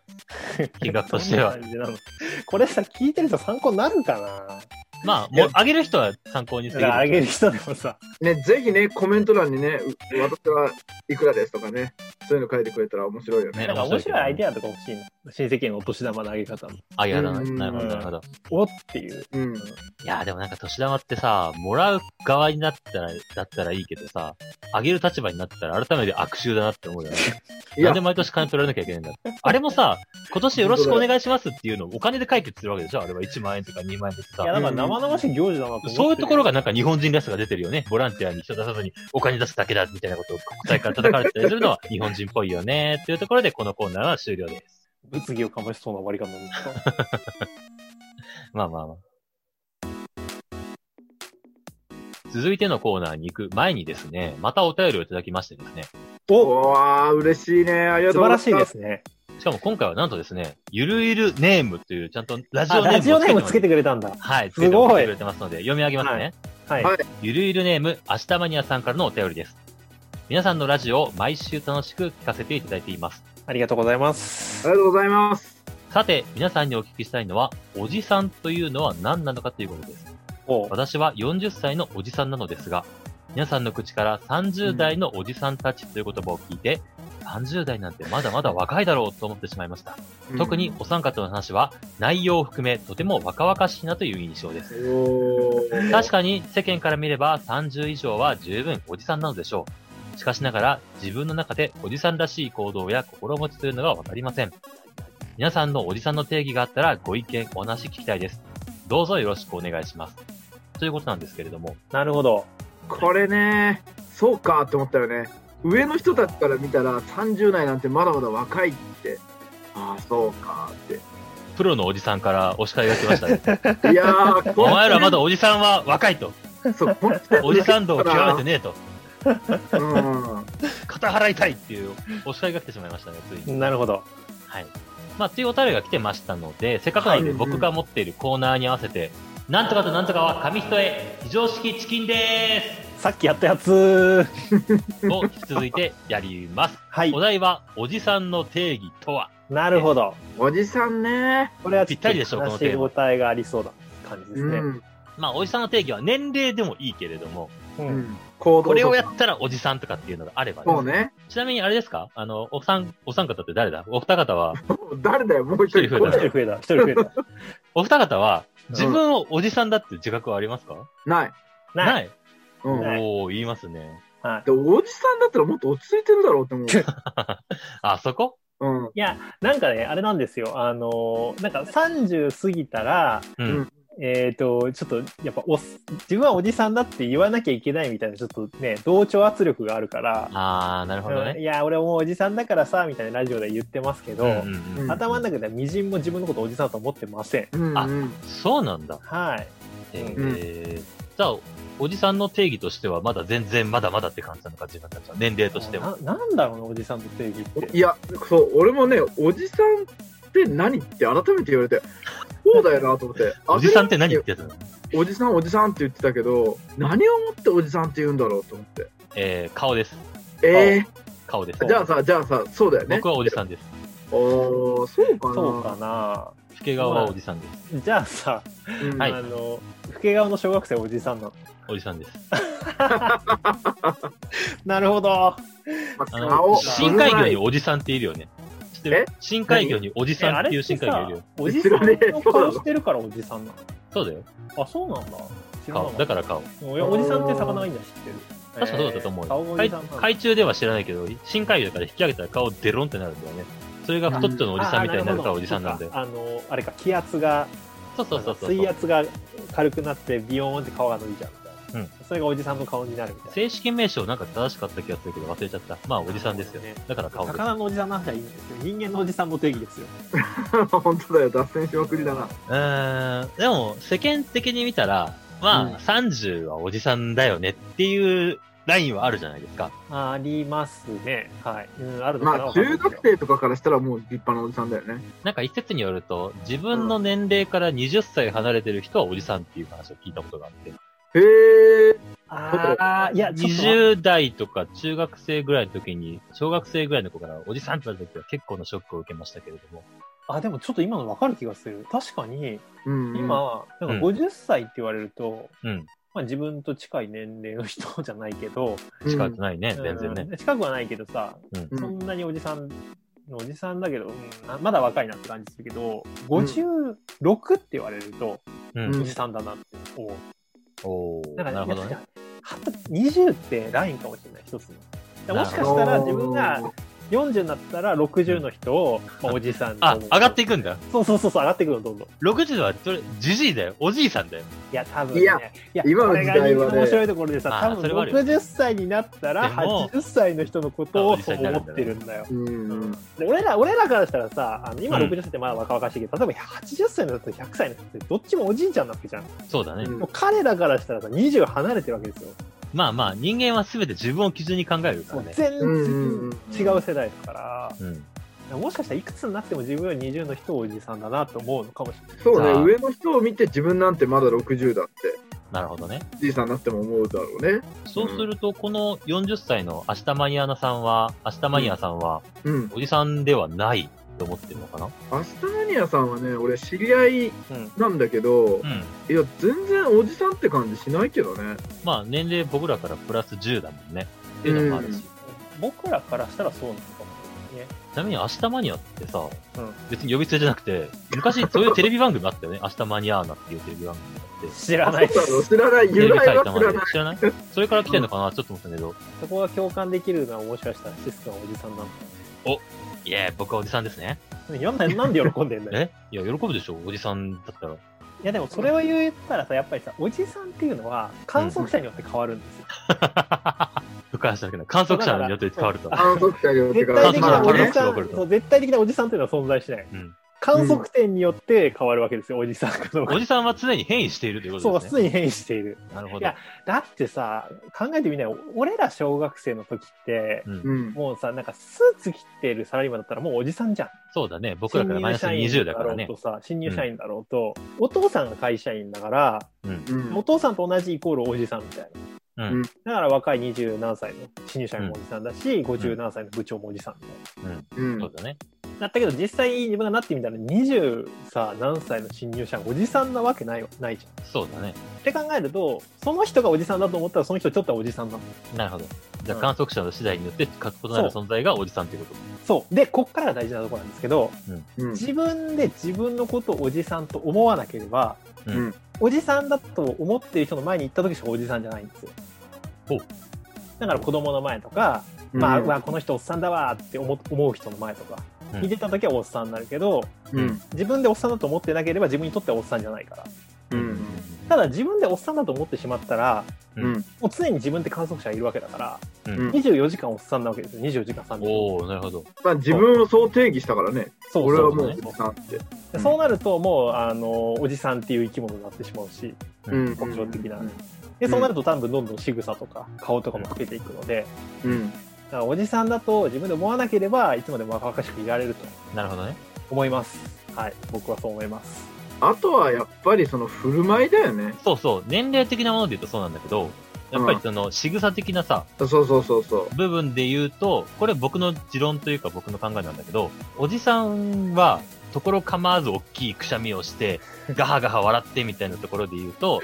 A: 金額としては
B: どんな感じなの。これさ、聞いてる人参考になるか
A: まあ、もう、あげる人は参考にして
B: なだ
A: い
B: からあ
A: る。
B: げる人でもさ、
C: ね、ぜひね、コメント欄にね、う私はいくらですとかね、そういうの書いてくれたら面白いよね。
A: ね
B: なんか面白いアイデアとか欲しいな。親戚へのお年玉のあげ方も。
A: あ、いやだな。
C: うん
A: なるほど、なるほど。
B: おっていう。
C: うん。
A: いや、でもなんか、年玉ってさ、もらう側になったら、だったらいいけどさ、あげる立場になったら、改めて悪臭だなって思うよね。
C: い
A: な
C: や
A: んで、毎年金取られなきゃいけないんだってあれもさ、今年よろしくお願いしますっていうのをお金で解決するわけでしょあれは1万円とか2万円とか
B: いや、
A: さ。
B: なんか生々しい行事だなと思って。
A: そういうところがなんか日本人らしさが出てるよね。ボランティアに人出さずにお金出すだけだみたいなことを国際から叩かれてたりするのは日本人っぽいよね。っていうところでこのコーナーは終了です。
B: 物議を 醸しそうな終わり方なんですか。
A: まあまあまあ。続いてのコーナーに行く前にですね、またお便りをいただきましてですね、
B: お
C: おー、嬉しいね。ありが
B: 素
C: とうご
B: 晴
C: ざい
B: ら
C: ます。
B: しいですね。
A: しかも今回はなんとですね、ゆるゆるネームという、ちゃんとラジ
B: あ、
A: オネームを
B: ラジオネームつけ
A: て
B: てくれたんだ。
A: はい、つ
B: す
A: け
B: ご
A: て
B: い
A: 送ってくれてますので、読み上げますね。
B: はい。
C: は
A: ゆるゆるネーム、明日マニアさんからのお便りです。皆さんのラジオを毎週楽しく聞かせていただいています。
B: ありがとうございます
C: あ。りがとうございます。
A: さて、皆さんにお聞きしたいのは、おじさんというのは何なのかということです。
B: お
A: 私は40歳のおじさんなのですが、皆さんの口から30代のおじさんたちという言葉を聞いて、30代なんてまだまだ若いだろうと思ってしまいました。特にお三方の話は、内容を含めとても若々しいなという印象です。
C: うん。お ー
A: 確かに世間から見れば30以上は十分おじさんなのでしょう。しかしながら自分の中でおじさんらしい行動や心持ちというのがわかりません。皆さんのおじさんの定義があったらご意見お話聞きたいです。どうぞよろしくお願いします。ということなんですけれども、
B: なるほど。
C: これね、そうかって思ったよね。上の人たちから見たら30代なんてまだまだ若いって。ああ、そうかっ
A: プロのおじさんからお叱りが来ましたね。
C: て。いや ー、
A: お前らまだおじさんは若いと。
C: そう、この
A: おじさん度を極めてねえと。
C: うん。
A: 肩払いたいっていうお叱りが来てしまいましたね、ついに。
B: なるほど。
A: はい。まあ、というお便りが来てましたので、せっかくなの
C: はい
A: で
C: うん
A: 僕が持っているコーナーに合わせて、なんとかとなんとかは紙一重、非常識チキンで
B: さっきやったやつ。
A: ーすを引き続いてやります。
B: はい
A: お。題は、おじさんの定義とは
B: なるほど。
C: おじさんね。
B: これはちょ
A: ぴっ
B: っと
A: たりでしょうこの
B: 話
A: テーマ
B: し応えがありそうな感じですね
C: う。ん。
A: まあ、おじさんの定義は年齢でもいいけれども、
B: う
C: うんん。行動とか
A: これをやったらおじさんとかっていうのがあればね
C: そうね。
A: ちなみにあれですかあの、お三、お三方って誰だお二方は、
C: 誰だよ、もう一
A: 一人
C: 人
A: 増。え
B: 一人増えた。一人増 えた。
A: お二方は、自分をおじさんだって自覚はありますか、
C: ない。
B: ない。
A: い。
C: うん。
B: な
A: お
B: い
A: ー、言いますね。
B: はい。
C: でおじさんだったらもっと落ち着いてるだろうって思
A: あ、そこ
C: う。
B: いや、なんかね、あれなんですよ。あのーなんか30過ぎたら、
A: う
C: うんん。
B: えっ、と、ちょっと、やっぱおっ、自分はおじさんだって言わなきゃいけないみたいな、ちょっとね、同調圧力があるから、
A: あー、なるほどね。
B: いや、俺もうおじさんだからさ、みたいなラジオで言ってますけど、
A: うんうんうん
C: うん
B: 頭の中ではみじんも自分のことおじさんだと思ってません。
C: うん。うん。
A: あ
C: うん
A: そうなんだ。
B: はい。
A: えー
C: うん
A: じゃあ、おじさんの定義としては、まだ全然まだまだって感じなのか、自分たちは。年齢としても。
B: ななんだろうな、おじさんの定義って。
C: いや、そう、俺もね、おじさんって何って改めて言われて、そうだよなと思って。
A: おじさんって何言ってやつなの
C: おじさん、おじさんって言ってたけど、何をもっておじさんって言うんだろうと思って。
A: えー、顔です。
C: え
A: 顔です
C: ー、。じゃあさ、じゃあさ、そうだよね。
A: 僕はおじさんです。
C: おー、そうかな。
B: そうかな。
A: 老け顔はおじさんです。
B: じゃあさ、
C: うん
A: はい
B: あの、老け顔の小学生おじさんなの。
A: おじさんです。
B: なるほど。
C: まあ
A: あの
C: 顔、
A: 深海魚におじさんっているよね。知ってる
C: え
A: 深海魚におじ
B: え
A: さん
B: あ
A: ってい
B: れ
A: う
B: って
A: 深海魚い
B: さ
A: るよ。、
B: おじさんの顔してるからおじさんな
A: そうだよ。
B: の。あ、そうなんだ。知らなか
A: 顔。
B: った
A: だから顔。
B: いやおじさんって魚がいいんだ知ってる。
A: 確かそうだったと思う
B: え
A: よ
B: ー顔がおじ
A: 海
B: さんなの
A: 海中では知らないけど、深海魚だから引き上げたら顔デロンってなるんだよね。それが太っちょのおじさんみたいになるからおじさんなんだよ。
B: ああなるほどあの、あれか、気圧が、
A: そうそうそうそう。
B: 水圧が軽くなって、ビヨーンって顔が伸びちゃうみたいな。
A: う
B: それがおじさんの顔になるみたいな。
A: 正式名称なんか正しかった気がするけど忘れちゃった。まあおじさんですよ。
B: ね
A: だから顔です。
B: 魚のおじさんの話はいいんですよ。人間のおじさんも定義ですよ。
C: 本当だよ、脱線しまくりだ な。
A: うーん。でも世間的に見たら、
C: うん
A: まあ30はおじさんだよねっていうラインはあるじゃないですか。
B: ありますね。はい。うん、あるのかな
C: まあ、中学。生とかからしたらもう立派なおじさんだよね。
A: なんか一説によると、自分の年齢から20歳離れてる人はおじさんっていう話を聞いたことがあって、
C: へえ、
B: ああー、いや、ちょっと待って。
A: 20代とか中学生ぐらいの時に、小学生ぐらいの子からおじさんって言われた時は結構のショックを受けましたけれども。
B: あ、でもちょっと今の分かる気がする。確かに、
C: うん。
B: 今、なんか50歳って言われると、
A: うん。
B: まあ自分と近い年齢の人じゃないけど、
A: 近くないね、 全然ね。
B: うん近くはないけどさ、
C: うん
B: そんなにおじさんのおじさんだけど、うんなまだ若いなって感じするけど、56って言われると、
A: う
C: うん
A: ん。
B: おじさんだなって思う。
A: おー、な
B: だから
A: るほどね。
B: 20ってラインかもしれない、一つの。だからもしかした
C: な
B: ら
C: るほ
B: 自
C: ど
B: 分が40になったら60の人を、まあ、おじさん
A: あ、上がって
B: い
A: いくんだ。
B: くそうそうそうそう上がっていくのどんどんい
A: 60は、それ、じじいだよ。おじいさんだよ。
B: や多分ね
C: いや
B: いや
C: 今の時代
B: これ
C: はね
B: が面白いところでさ
A: あー
B: 多
A: それ
B: 分
A: はあるよ
B: 60歳になったら
A: でも
B: 80歳の人のこと
A: あお
B: を
A: じ
B: そ
A: さん
B: う
A: にな
B: 思
A: るんだ
B: ってるんだよ
C: うん。
B: で俺ら俺らからしたらさあの今
A: うん
B: 60歳ってまだ若々しいけど、例えば80歳の人と100歳の人ってどっちもおじいちゃんなわけじゃん、
A: そうだね。
C: うん
B: もう彼らからしたらさ20離れてるわけですよ、
A: まあまあ、人間は全て自分を基準に考えるか
B: も
A: ら
B: う
A: ね。
B: 全然
C: うんうん
B: 違う世代だから、
A: うん。
B: もしかしたらいくつになっても自分は20の人をおじさんだなと思うのかもしれない
C: そう
A: さあ
C: ね、上の人を見て自分なんてまだ60だって、
A: なるほどね。
C: じいさんになっても思うだろうね。
A: そうすると、この40歳の明日マニアナさんは、明日マニアさんは、
C: うん。
A: おじさんではないと思ってるのかな
C: アスタマニアさんはね、俺知り合いなんだけ
A: う
C: ど、
A: ん。
C: いや、全然おじさんって感じしないけどね。
A: まあ、年齢僕らからプラス10だもんね。っていうのもあるし。
C: うん
B: 僕らからしたらそうなのかもしれないね
A: ちなみに明日マニアってさ、
B: ん
A: 別に呼び捨てじゃなくて、昔そういうテレビ番組あったよね。明日マニアーナっていうテレビ番組があって。
B: 知らない
C: そうだろう知らない。
A: テレ
C: 由
A: ビ
C: 来
A: 埼
C: は
A: 玉
C: 知ら
A: で
C: ない。
A: 知らないそれから来てんのかなちょっと思ったけど、
B: そこが共感できるのはもしかしたらシス君はおじさんなのか
A: いや僕はおじさんですね。
B: ななんでなんで喜んでんだよ
A: えいや、喜ぶでしょおじさんだったら。
B: いやでもそれを言ったらさやっぱりさおじさんっていうのは観測者によって変わるんですよ、
A: 深橋だけど、観測者によって変わると。
C: あの時から言ってか
B: 絶
A: でき
B: 対的
C: ら
B: な
A: る
B: お
A: 俺
B: じ
A: パ
B: さ
A: ラ
B: ん
A: ドックスが起こると
B: そう絶対的なおじさんというのは存在しない
A: うん
B: 観測点によって変わるわけですよ、おじさんかどう か
A: おじさんは常に変異しているという
B: そ
A: こ
B: う
A: とです
B: 常
A: ね。
B: に変異している
A: なるほ
B: い
A: ど
B: や。だってさ考えてみなよ俺ら小学生の時って
A: うん
C: うん。
B: もうさなんかスーツ着てるサラリーマンだったらもうおじさんじゃん
A: そうだね。僕らからマイナス
B: 新入社
A: 20
B: 員
A: だから
B: ろう
A: ね
B: と。さ新入社員だろうと、お父さんが会社員だから、
A: うん。
C: うん
B: お父さんと同じイコールおじさんみたいな、
A: うん
B: だから若い20何歳の新入社員もおじさんだし、50何歳の部長もおじさんみたいな
C: うん
A: そうだね。
B: だったけど実際自分がなってみたら20さ何歳の新入社員おじさんなわけないわないじゃん。
A: そうだね。
B: って考えるとその人がおじさんだと思ったらその人にとってはおじさんなの。
A: なるほど。じゃあ
B: うん
A: 観測者の次第によって、かっこなる存在がおじさんということ。
B: そうでこっからが大事なところなんですけど
C: うん
B: 自分で自分のことをおじさんと思わなければ、
A: うん
B: おじさんだと思ってる人の前に行った時しかおじさんじゃないんですよ
A: ほう。
B: だから子供の前とか、まあ、うわこの人おっさんだわーって思思う人の前とか
A: うん
B: 見てた時はおっさんになるけど
C: うん。
B: 自分でおっさんだと思ってなければ自分にとってはおっさんじゃないから。
C: うん。
B: ただ自分でおっさんだと思ってしまったら
C: うん。
B: もう常に自分って観測者がいるわけだから
A: うん
C: うん
B: 24時間おっさんなわけですよ24時間3秒
A: おー、なるほど。
C: まあ、自分をそう定義したからね。
B: そう
C: 俺
B: そ
C: は
B: う
C: も
B: そう
C: お
B: う
C: じさんって。
B: でそうなるともうあのおじさんっていう生き物になってしまうし
C: うん。
B: 特徴的な
C: うん
B: で
C: うん
B: そうなると多分どんどん仕草とか顔とかも老けていくので
C: うん。
B: だからおじさんだと自分で思わなければいつまでも若々しくいられると
A: なるほどね。
B: 思いますはい僕はそう思います
C: あとはやっぱりその振る舞いだよね。
A: そうそう。年齢的なもので言うとそうなんだけど、やっぱりその仕草的なさ、
C: そうそうそうそう。
A: 部分で言うと、これ僕の持論というか僕の考えなんだけど、おじさんは、ところ構わず大きいくしゃみを して、ガハガハ笑ってみたいなところで言うと、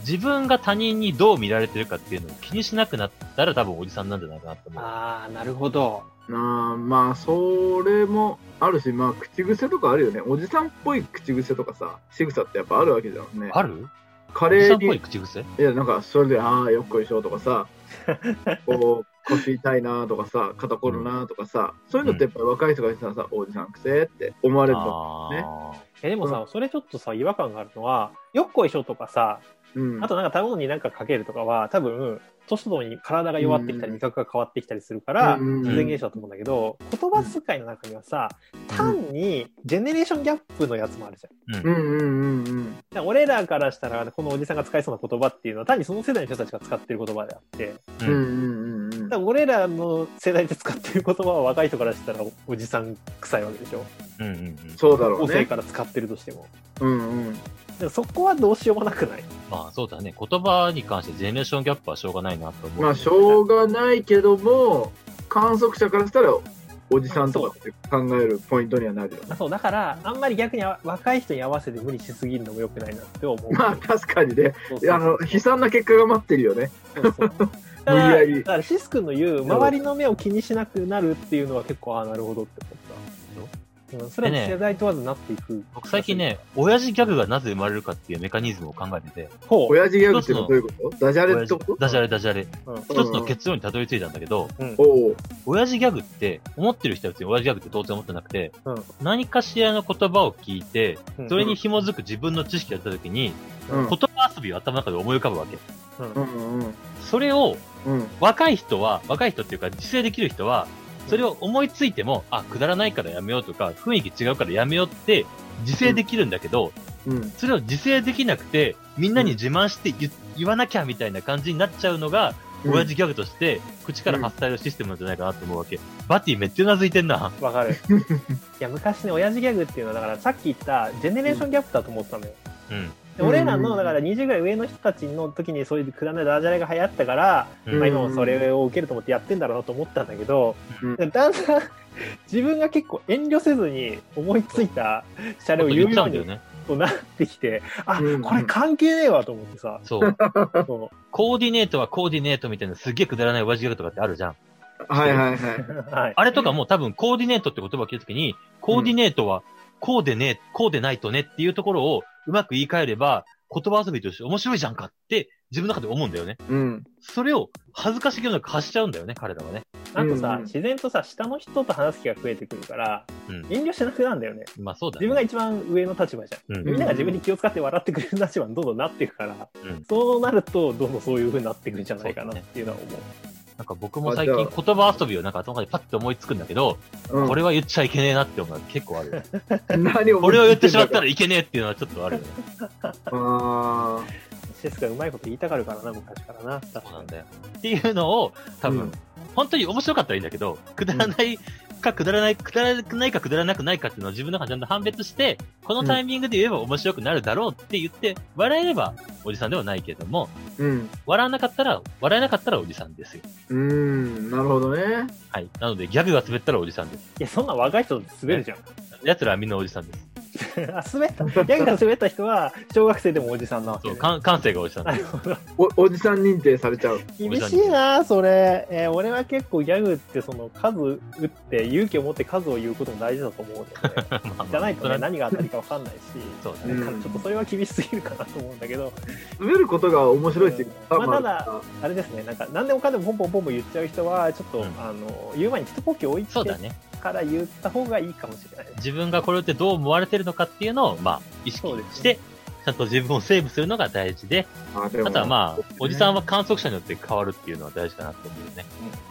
A: 自分が他人にどう見られてるかっていうのを気にしなくなったら多分おじさんなんじゃないかなと思う。
B: ああなるほど
C: あーまあそれもあるしまあ口癖とかあるよねおじさんっぽい口癖とかさ仕草ってやっぱあるわけじゃんね
A: ある
C: カ
A: おじ
C: レ
A: さん
C: ー
A: っぽい
C: に
A: 口癖
C: いやなんかそれで「ああよっこいしょ」とか さこう腰痛いなとかさ肩こるなとかさ、そういうのってやっぱり若い人がしたらさ、おじさんくせえって思われると
A: あー
B: えでもさそれちょっとさ違和感があるのはよっこいしょとかさ
C: うん
B: あとなんか食べ物に何かかけるとかは多分年とともに体が弱ってきたり
C: うん
B: 味覚が変わってきたりするから
C: うん
B: 自然現象だと思うんだけど言葉遣いの中にはさ単にジェネレーションギャップのやつもあるじゃん。
C: うんうんうん
B: だから俺らからしたらこのおじさんが使いそうな言葉っていうのは単にその世代の人たちが使ってる言葉であって
A: う
C: う
A: ん
C: うん
A: ん
C: うんうんうん
B: だから俺らの世代で使ってる言葉は若い人からしたらおじさん臭いわけでしょ
A: うんうんうん
C: そうだろ
B: 母
C: う
B: 性
C: ね
B: から使ってるとしても。
C: うんうん
B: でもそこはどうしようもなくない
A: まあそうだね。言葉に関してジェネレーションギャップはしょうがないなと思う。
C: まあしょうがないけども観測者からしたらおじさんとかって考えるポイントにはなるよ ね
B: そうだからあんまり逆にあ若い人に合わせて無理しすぎるのも良くないなって思う。
C: まあ確かにね、
B: そうそう
C: い
B: そう
C: やあの悲惨な結果が待ってるよね。
B: そうそう
C: 無
B: だか
C: 理や
B: ら
C: り
B: だからシス君の言う周りの目を気にしなくなるっていうのは結構ああなるほどって思っうんそれは
A: でね
B: 世代問わずなっていく。
A: 僕最近ね、親父ギャグがなぜ生まれるかっていうメカニズムを考えてて、
B: ほう、
C: 親父ギャグってのはどういうことダジャレ
A: 親
C: ってこ
A: 父
C: と
A: ダジャレダジャレ。
B: うん
A: 一つの結論にたどり着いたんだけど、
C: おう
A: 親父ギャグって、思ってる人は別に親父ギャグって当然思ってなくて、
B: うん
A: 何かしらの言葉を聞いて、
B: うん
A: それに紐づく自分の知識をやった時に、
C: うん
A: 言葉遊びを頭の中で思い浮かぶわけ。
B: うん
C: うんうん
A: それを
C: うん
A: 若い人は、若い人っていうか、自制できる人は、それを思いついても、あ、くだらないからやめようとか、雰囲気違うからやめようって、自制できるんだけど、
C: うん
A: それを自制できなくて、みんなに自慢して言,、言わなきゃみたいな感じになっちゃうのが、
C: うん
A: 親父ギャグとして、口から発されるシステムなんじゃないかなと思うわけ。バティめっちゃうなずいてんな。
B: わ かる。いや、昔ね、親父ギャグっていうのは、だからさっき言った、ジェネレーションギャップだと思ってたのよ。
A: うん。
B: で俺ら
C: うん
B: の、だから20ぐらい上の人たちの時に、そういうくだらないダジャレが流行ったから、
A: うん
B: まあ今もそれを受けると思ってやってんだろうなと思ったんだけど、
C: うん
B: だんだん自分が結構遠慮せずに思いついたシャレを言
A: 言
B: う
A: っちゃ
B: よ
A: う
B: うん
A: だよ
B: に
A: ね。
B: となってきて、あ、
C: うん
B: これ関係ねえわと思ってさ、
A: そう。
B: そ
A: コーディネートはコーディネートみたいなすっげえくだらない親父ギャグとかってあるじゃん。
C: はいはいはい。
B: うはい。
A: あれとかも多分コーディネートって言葉を聞いたときに、コーディネートはこうでね、こうでないとねっていうところをうまく言い換えれば、言葉遊びとして面白いじゃんかって自分の中で思うんだよね。
C: うん。
A: それを恥ずかしげもなく発しちゃうんだよね、彼らはね。
B: あとさ、
C: うん
B: 自然とさ、下の人と話す機会が増えてくるから、
A: うん
B: 遠慮しなくなるんだよね。
A: まあそうだ
B: 自
A: ね。
B: 分が一番上の立場じゃん。
A: うん
B: みんなが自分に気を使って笑ってくれる立場にどんどんなっていくから、
A: うん
B: そうなると、どんどんそういう風になっていくんじゃないかなっていうのは思う。
A: なんか僕も最
C: あ
A: 近
C: じ
A: 言
C: ゃあ
A: 葉遊びをなんか頭の中でパッて思いつくんだけど、
C: うん
A: これは言っちゃいけねえなって思うのが結構ある。
C: 何を
A: これを言ってしまった
C: ら。
A: らいけねえっていうのはちょっとあるよね。
C: あ
B: シスがうまいこと言いたがるからな、昔からな。
A: そうなんだよ。っていうのを多分、
C: うん
A: 本当に面白かったらいいんだけど、くだらないかくだらない、くだらないかくだらなくないかっていうのを自分の中でちゃんと判別して、このタイミングで言えば面白くなるだろうって言って、笑えればおじさんではないけども、
C: あ。うん。
A: 笑わなかったら、笑えなかったらおじさんですよ。
C: うん。なるほどね。
A: はい。なので、ギャグが滑ったらおじさんです。
B: いや、そんな若い人って滑るじゃん。
A: 奴らはみんなおじさんです。
B: あ、滑った。ギャグが滑った人は、小学生でもおじさんなわけ、
A: そう、
B: ね。
A: かん感性がおじさんです。
C: お、おじさん認定されちゃう。
B: 厳しいな、それ。えー俺は結構ギャグって、その、数打って、勇気を持って数を言うことも大事だと思うので、
A: まあまあ
B: じゃないと
A: それ
B: ね、
A: は
B: 何が当たるかわかんないし、
A: そうだ
B: ね
A: ね。
C: うん
B: ちょっとそれは厳しすぎるかなと思うんだけど、
C: 滑ることが面白いっていう
B: うんまあたあれですね、なんか、何でもかんでもポンポンポンポン言っちゃう人は、ちょっと、
A: うん
B: あの、言う前に一呼吸置い
A: そうだ
B: て
A: ね。
B: から言った方がいいかもしれないね。
A: 自分がこれってどう思われてるのかっていうのを、まあ、意識
B: そうですね
A: して、ちゃんと自分をセーブするのが大事で、
C: あでも
A: あとはまあ、おじさんは観測者によって変わるっていうのは大事かなと思うよね。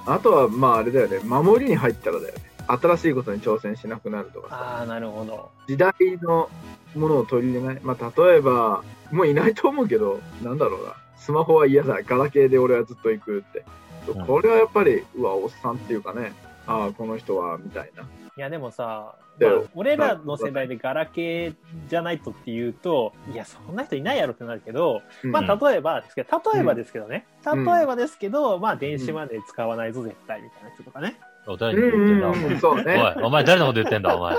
C: あとはまああれだよね守りに入ったらだよね新しいことに挑戦しなくなるとか
B: ああ、なるほど。
C: 時代のものを取り入れないまあ例えばもういないと思うけどなんだろうなスマホは嫌だガラケーで俺はずっと行くって
A: うん
C: これはやっぱりうわおっさんっていうかねああこの人はみたいない
B: やでもさ、
C: だ
B: まあ
C: よ
B: 俺らの世代でガラケーじゃないとっていうと、いや、そんな人いないやろってなるけど、
C: うん
B: まあ、例えばですけど、例えばですけどね、
C: うん
B: 例えばですけど、まあ、電子マネー使わないぞ、絶対みたいな人とかね。
A: お誰
C: う
A: に
C: ん
A: 言ってんだ、お
C: うん
A: 前。
C: うんそうね
A: おい、お前誰のこと言ってんだ、お前。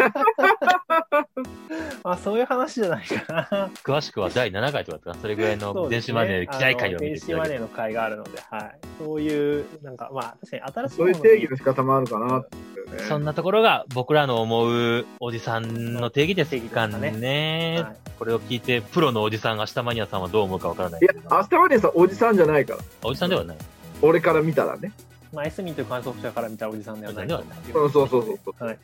B: まあ、そういう話じゃないかな。
A: 詳しくは第7回とかだったかなそれぐらいの
B: そう
A: 電
B: です
A: 子
B: ね
A: マネー機材会を
B: あの
A: 見
B: 電
A: て
B: 子
A: いただ
B: マ
A: け
B: ネ
A: る
B: ーの会があるので、はい。そういう、なんか、まあ、確かに新しい
C: そういう
B: もの
C: 定義の仕方もあるかなっていうね
A: そんなところが僕らの思うおじさんの定義ですか
B: 定義です
A: ね。
B: はい
A: これを聞いて、プロのおじさん、明日マニアさんはどう思うかわからない
C: い
A: け
C: や
A: ど。
C: 明日までさおじさんじゃないから
A: おじさんではない。
C: 俺から見たらね
B: まあ、エスミンという観測者から見たらおじさんではないと思うけ
C: そ
B: ど。
C: うそうそうそう
B: はい。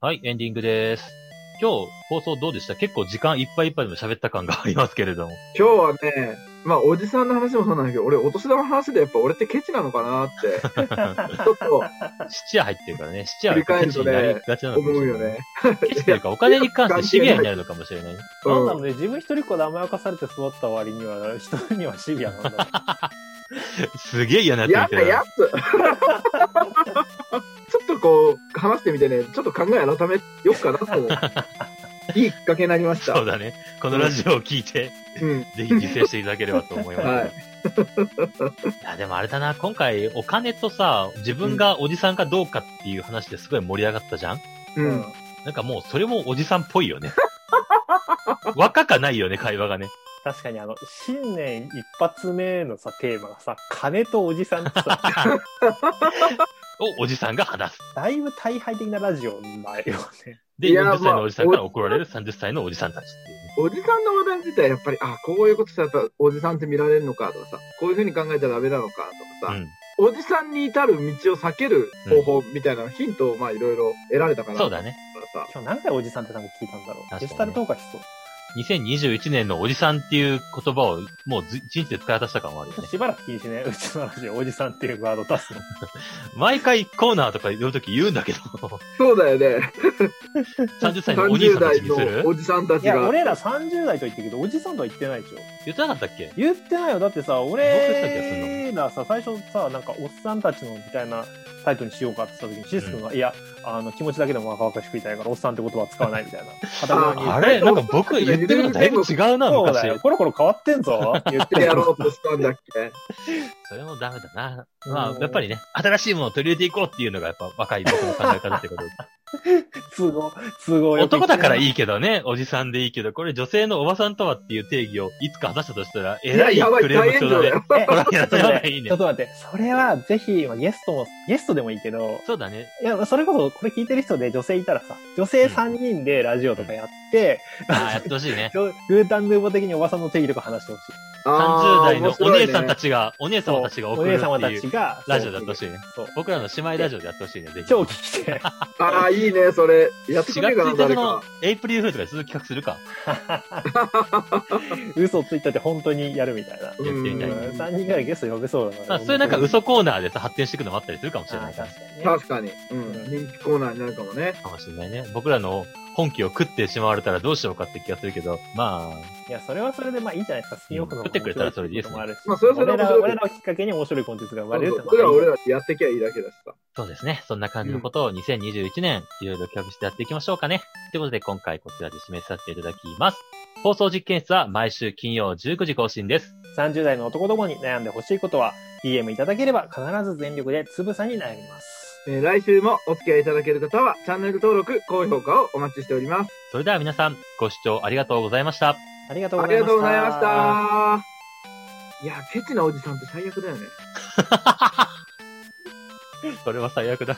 A: はい、エンディングです。今日、放送どうでした結構時間いっぱいいっぱいでも喋った感がありますけれども。
C: 今日はね、まあ、おじさんの話もそうなんだけど、俺、お年玉の話でやっぱ俺ってケチなのかなって、ちょっと
A: 質屋入ってる からね。質屋
C: 振り
A: は
C: 返
A: ケ
C: る
A: チ
C: と
A: に
C: ね
A: なりがちなのか
C: 思
A: もし
C: う
A: れ
C: よ
A: ない。
C: ね。
A: ケチというか、お金に関 してシビアになるのかもしれないね。
C: う
B: なん
C: ん
B: だろうね、自分一人っ子で甘やかされて育った割には、人にはシビアなんだろうね
A: すげえ嫌なやつ
C: や
A: 見
C: ってぱ
A: る
C: やっつちょっとこう、話してみてね、ちょっと考え改めよっかなと思う。いいきっかけになりました。
A: そうだね。このラジオを聞いて、
C: うん。
A: ぜひ実践していただければと思い ます。
C: はい
A: い、や、でもあれだな、今回お金とさ、自分がおじさんかどうかっていう話ですごい盛り上がったじゃん
C: うん。
A: なんかもうそれもおじさんっぽい よね。若かないよね、会話がね。
B: 確かにあの、新年 一発目のさ、テーマがさ、金とおじさんってさ、
A: をおじさんが話す。
B: だいぶ大敗的なラジオになるよね。
A: で、
C: いや
A: 40歳のおじさんから
C: まあ
A: 怒られる30歳のおじさんたちっていうね。
C: おじさんの話題自体、やっぱり、あ、こういうことしたらやっぱおじさんって見られるのかとかさ、こういうふうに考えちゃダメなのかとかさ、おじさんに至る道を避ける方法みたいなヒントを、まあ、いろいろ得られたか
A: う。
C: なんと
A: そうだ
C: 思ったら
A: ね。
C: さ、
B: 今日何回おじさんってなんか聞いたんだろ
A: か
B: う。
A: にね
B: デジタルトークはしそう。
A: 2021年のおじさんっていう言葉をもうず一日で使い果たした感もあるよ ね。
B: しばらく禁止ね、うちのラジオ、おじさんっていうワード出すの。
A: 毎回コーナーとか呼ぶとき言うんだけど、
C: そうだよね。
A: 30歳のお兄さん
C: 30
A: たち
C: 代
A: にする
C: のおじさんた
B: い
C: ち
B: や、
C: が。
B: 俺ら30代と言ってるけど、おじさんとは言ってないでしょ。
A: 言ってなかったっけ
B: 言ってないよ。だってさ、
A: どうでしたっけそん
B: 俺らさ、最初さ、なんか、おっさんたちのみたいなタイトルにしようかって言った時に、シス君が、いや、あの、気持ちだけでも若々しくいたいから、おっさんって言葉は使わないみた いな。片言に
A: あれなんか僕言ってるのだいぶ違うな、
B: そう
A: 昔
B: だ。よ。コロコロ変わってんぞ。
C: 言ってやろうとしたんだっ け
A: それもダメだな。 ま
B: う
A: あ、
B: ん
A: やっぱりね、新しいものを取り入れていこうっていうのがやっぱ若い僕の考え方ってことで。
B: 都合、都合よく言って
A: 男だ からい
B: い。
A: いけどね、おじさんでいいけど、これ女性のおばさんとはっていう定義をいつか果たしたとしたら、え
C: いや、
A: らい
C: やばい、
A: クレー
C: 大
A: ムちょ
C: 炎
A: うだ
C: 上だ
A: ね。
C: よ。
B: え
A: ほらやった
B: ちょっと
A: やった
B: ね
A: いいね
B: ちょっと待って、それはぜひ、まあゲストも、ゲストでもいいけど、
A: そうだね。
B: いや、それこそ、これ聞いてる人で女性いたらさ、女性3人でラジオとかやって、
A: ああ、やってほしい ね。
B: ちょ グータンヌーボ的におばさんの定義とか話してほしい。
A: 30代のお姉さんた
C: ち。
A: ちが、お姉
B: そう
A: 様たちが送
B: お
A: る
B: 姉
A: って
B: 様た
A: い
B: ち
A: う。
B: が、
A: ラジオでやってほしいね
B: そう。
A: 僕らの姉妹ラジオでやってほしいね、ぜひ。
B: 超聞きてえ。
C: ああ、いいね、それ。やってく
A: 4月
C: れるか
A: 1
C: な、
A: 日
C: 誰
A: の
C: か。
A: エイプリルフールとかで続き企画するか。
B: 嘘ついたって本当にやるみたいな。
A: やってみたい
C: うん
B: 3人ぐらいゲスト呼べそうだ
A: まあ
B: な。
A: そういうなんか嘘コーナーでさ、発展していくのもあったりするかもしれ
B: あ
A: な
B: あ
A: いか
B: 確かにね。
C: 確かに。うん。人気コーナーになるかもね。
A: かもしれないね。僕らの本気を食ってしまわれたらどうしようかって気がするけど、まあ、
B: いや、それはそれでまあいいじゃないですか。スピンオフの
A: うん食ってくれたらそれでいいですね
B: もあるし
C: まあそれはそれで
B: 俺
C: 面白
B: ら
C: い
B: 俺らをきっかけに面白いコンテンツが生ま
C: そ
B: れ
C: れ
B: るっての
C: は
B: は
C: 俺らやってきゃいいだけだしさ。
A: そうですね。そんな感じのことを2021年、いろいろ企画してやっていきましょうかね。ということで今回こちらで締めさせていただきます。放送実験室は毎週金曜19時更新です。
B: 30代の男どもに悩んでほしいことは、DM いただければ必ず全力でつぶさに悩みます。
C: えー来週もお付き合いいただける方は、チャンネル登録、高評価をお待ちしております。
A: それでは皆さん、ご視聴ありがとうございました。
B: ありがとう
C: あ
B: ご
C: り
B: ざい
C: が
B: ました。
C: とうございまし。た。いや、ケチなおじさんって最悪だよね。
A: それは最悪だ。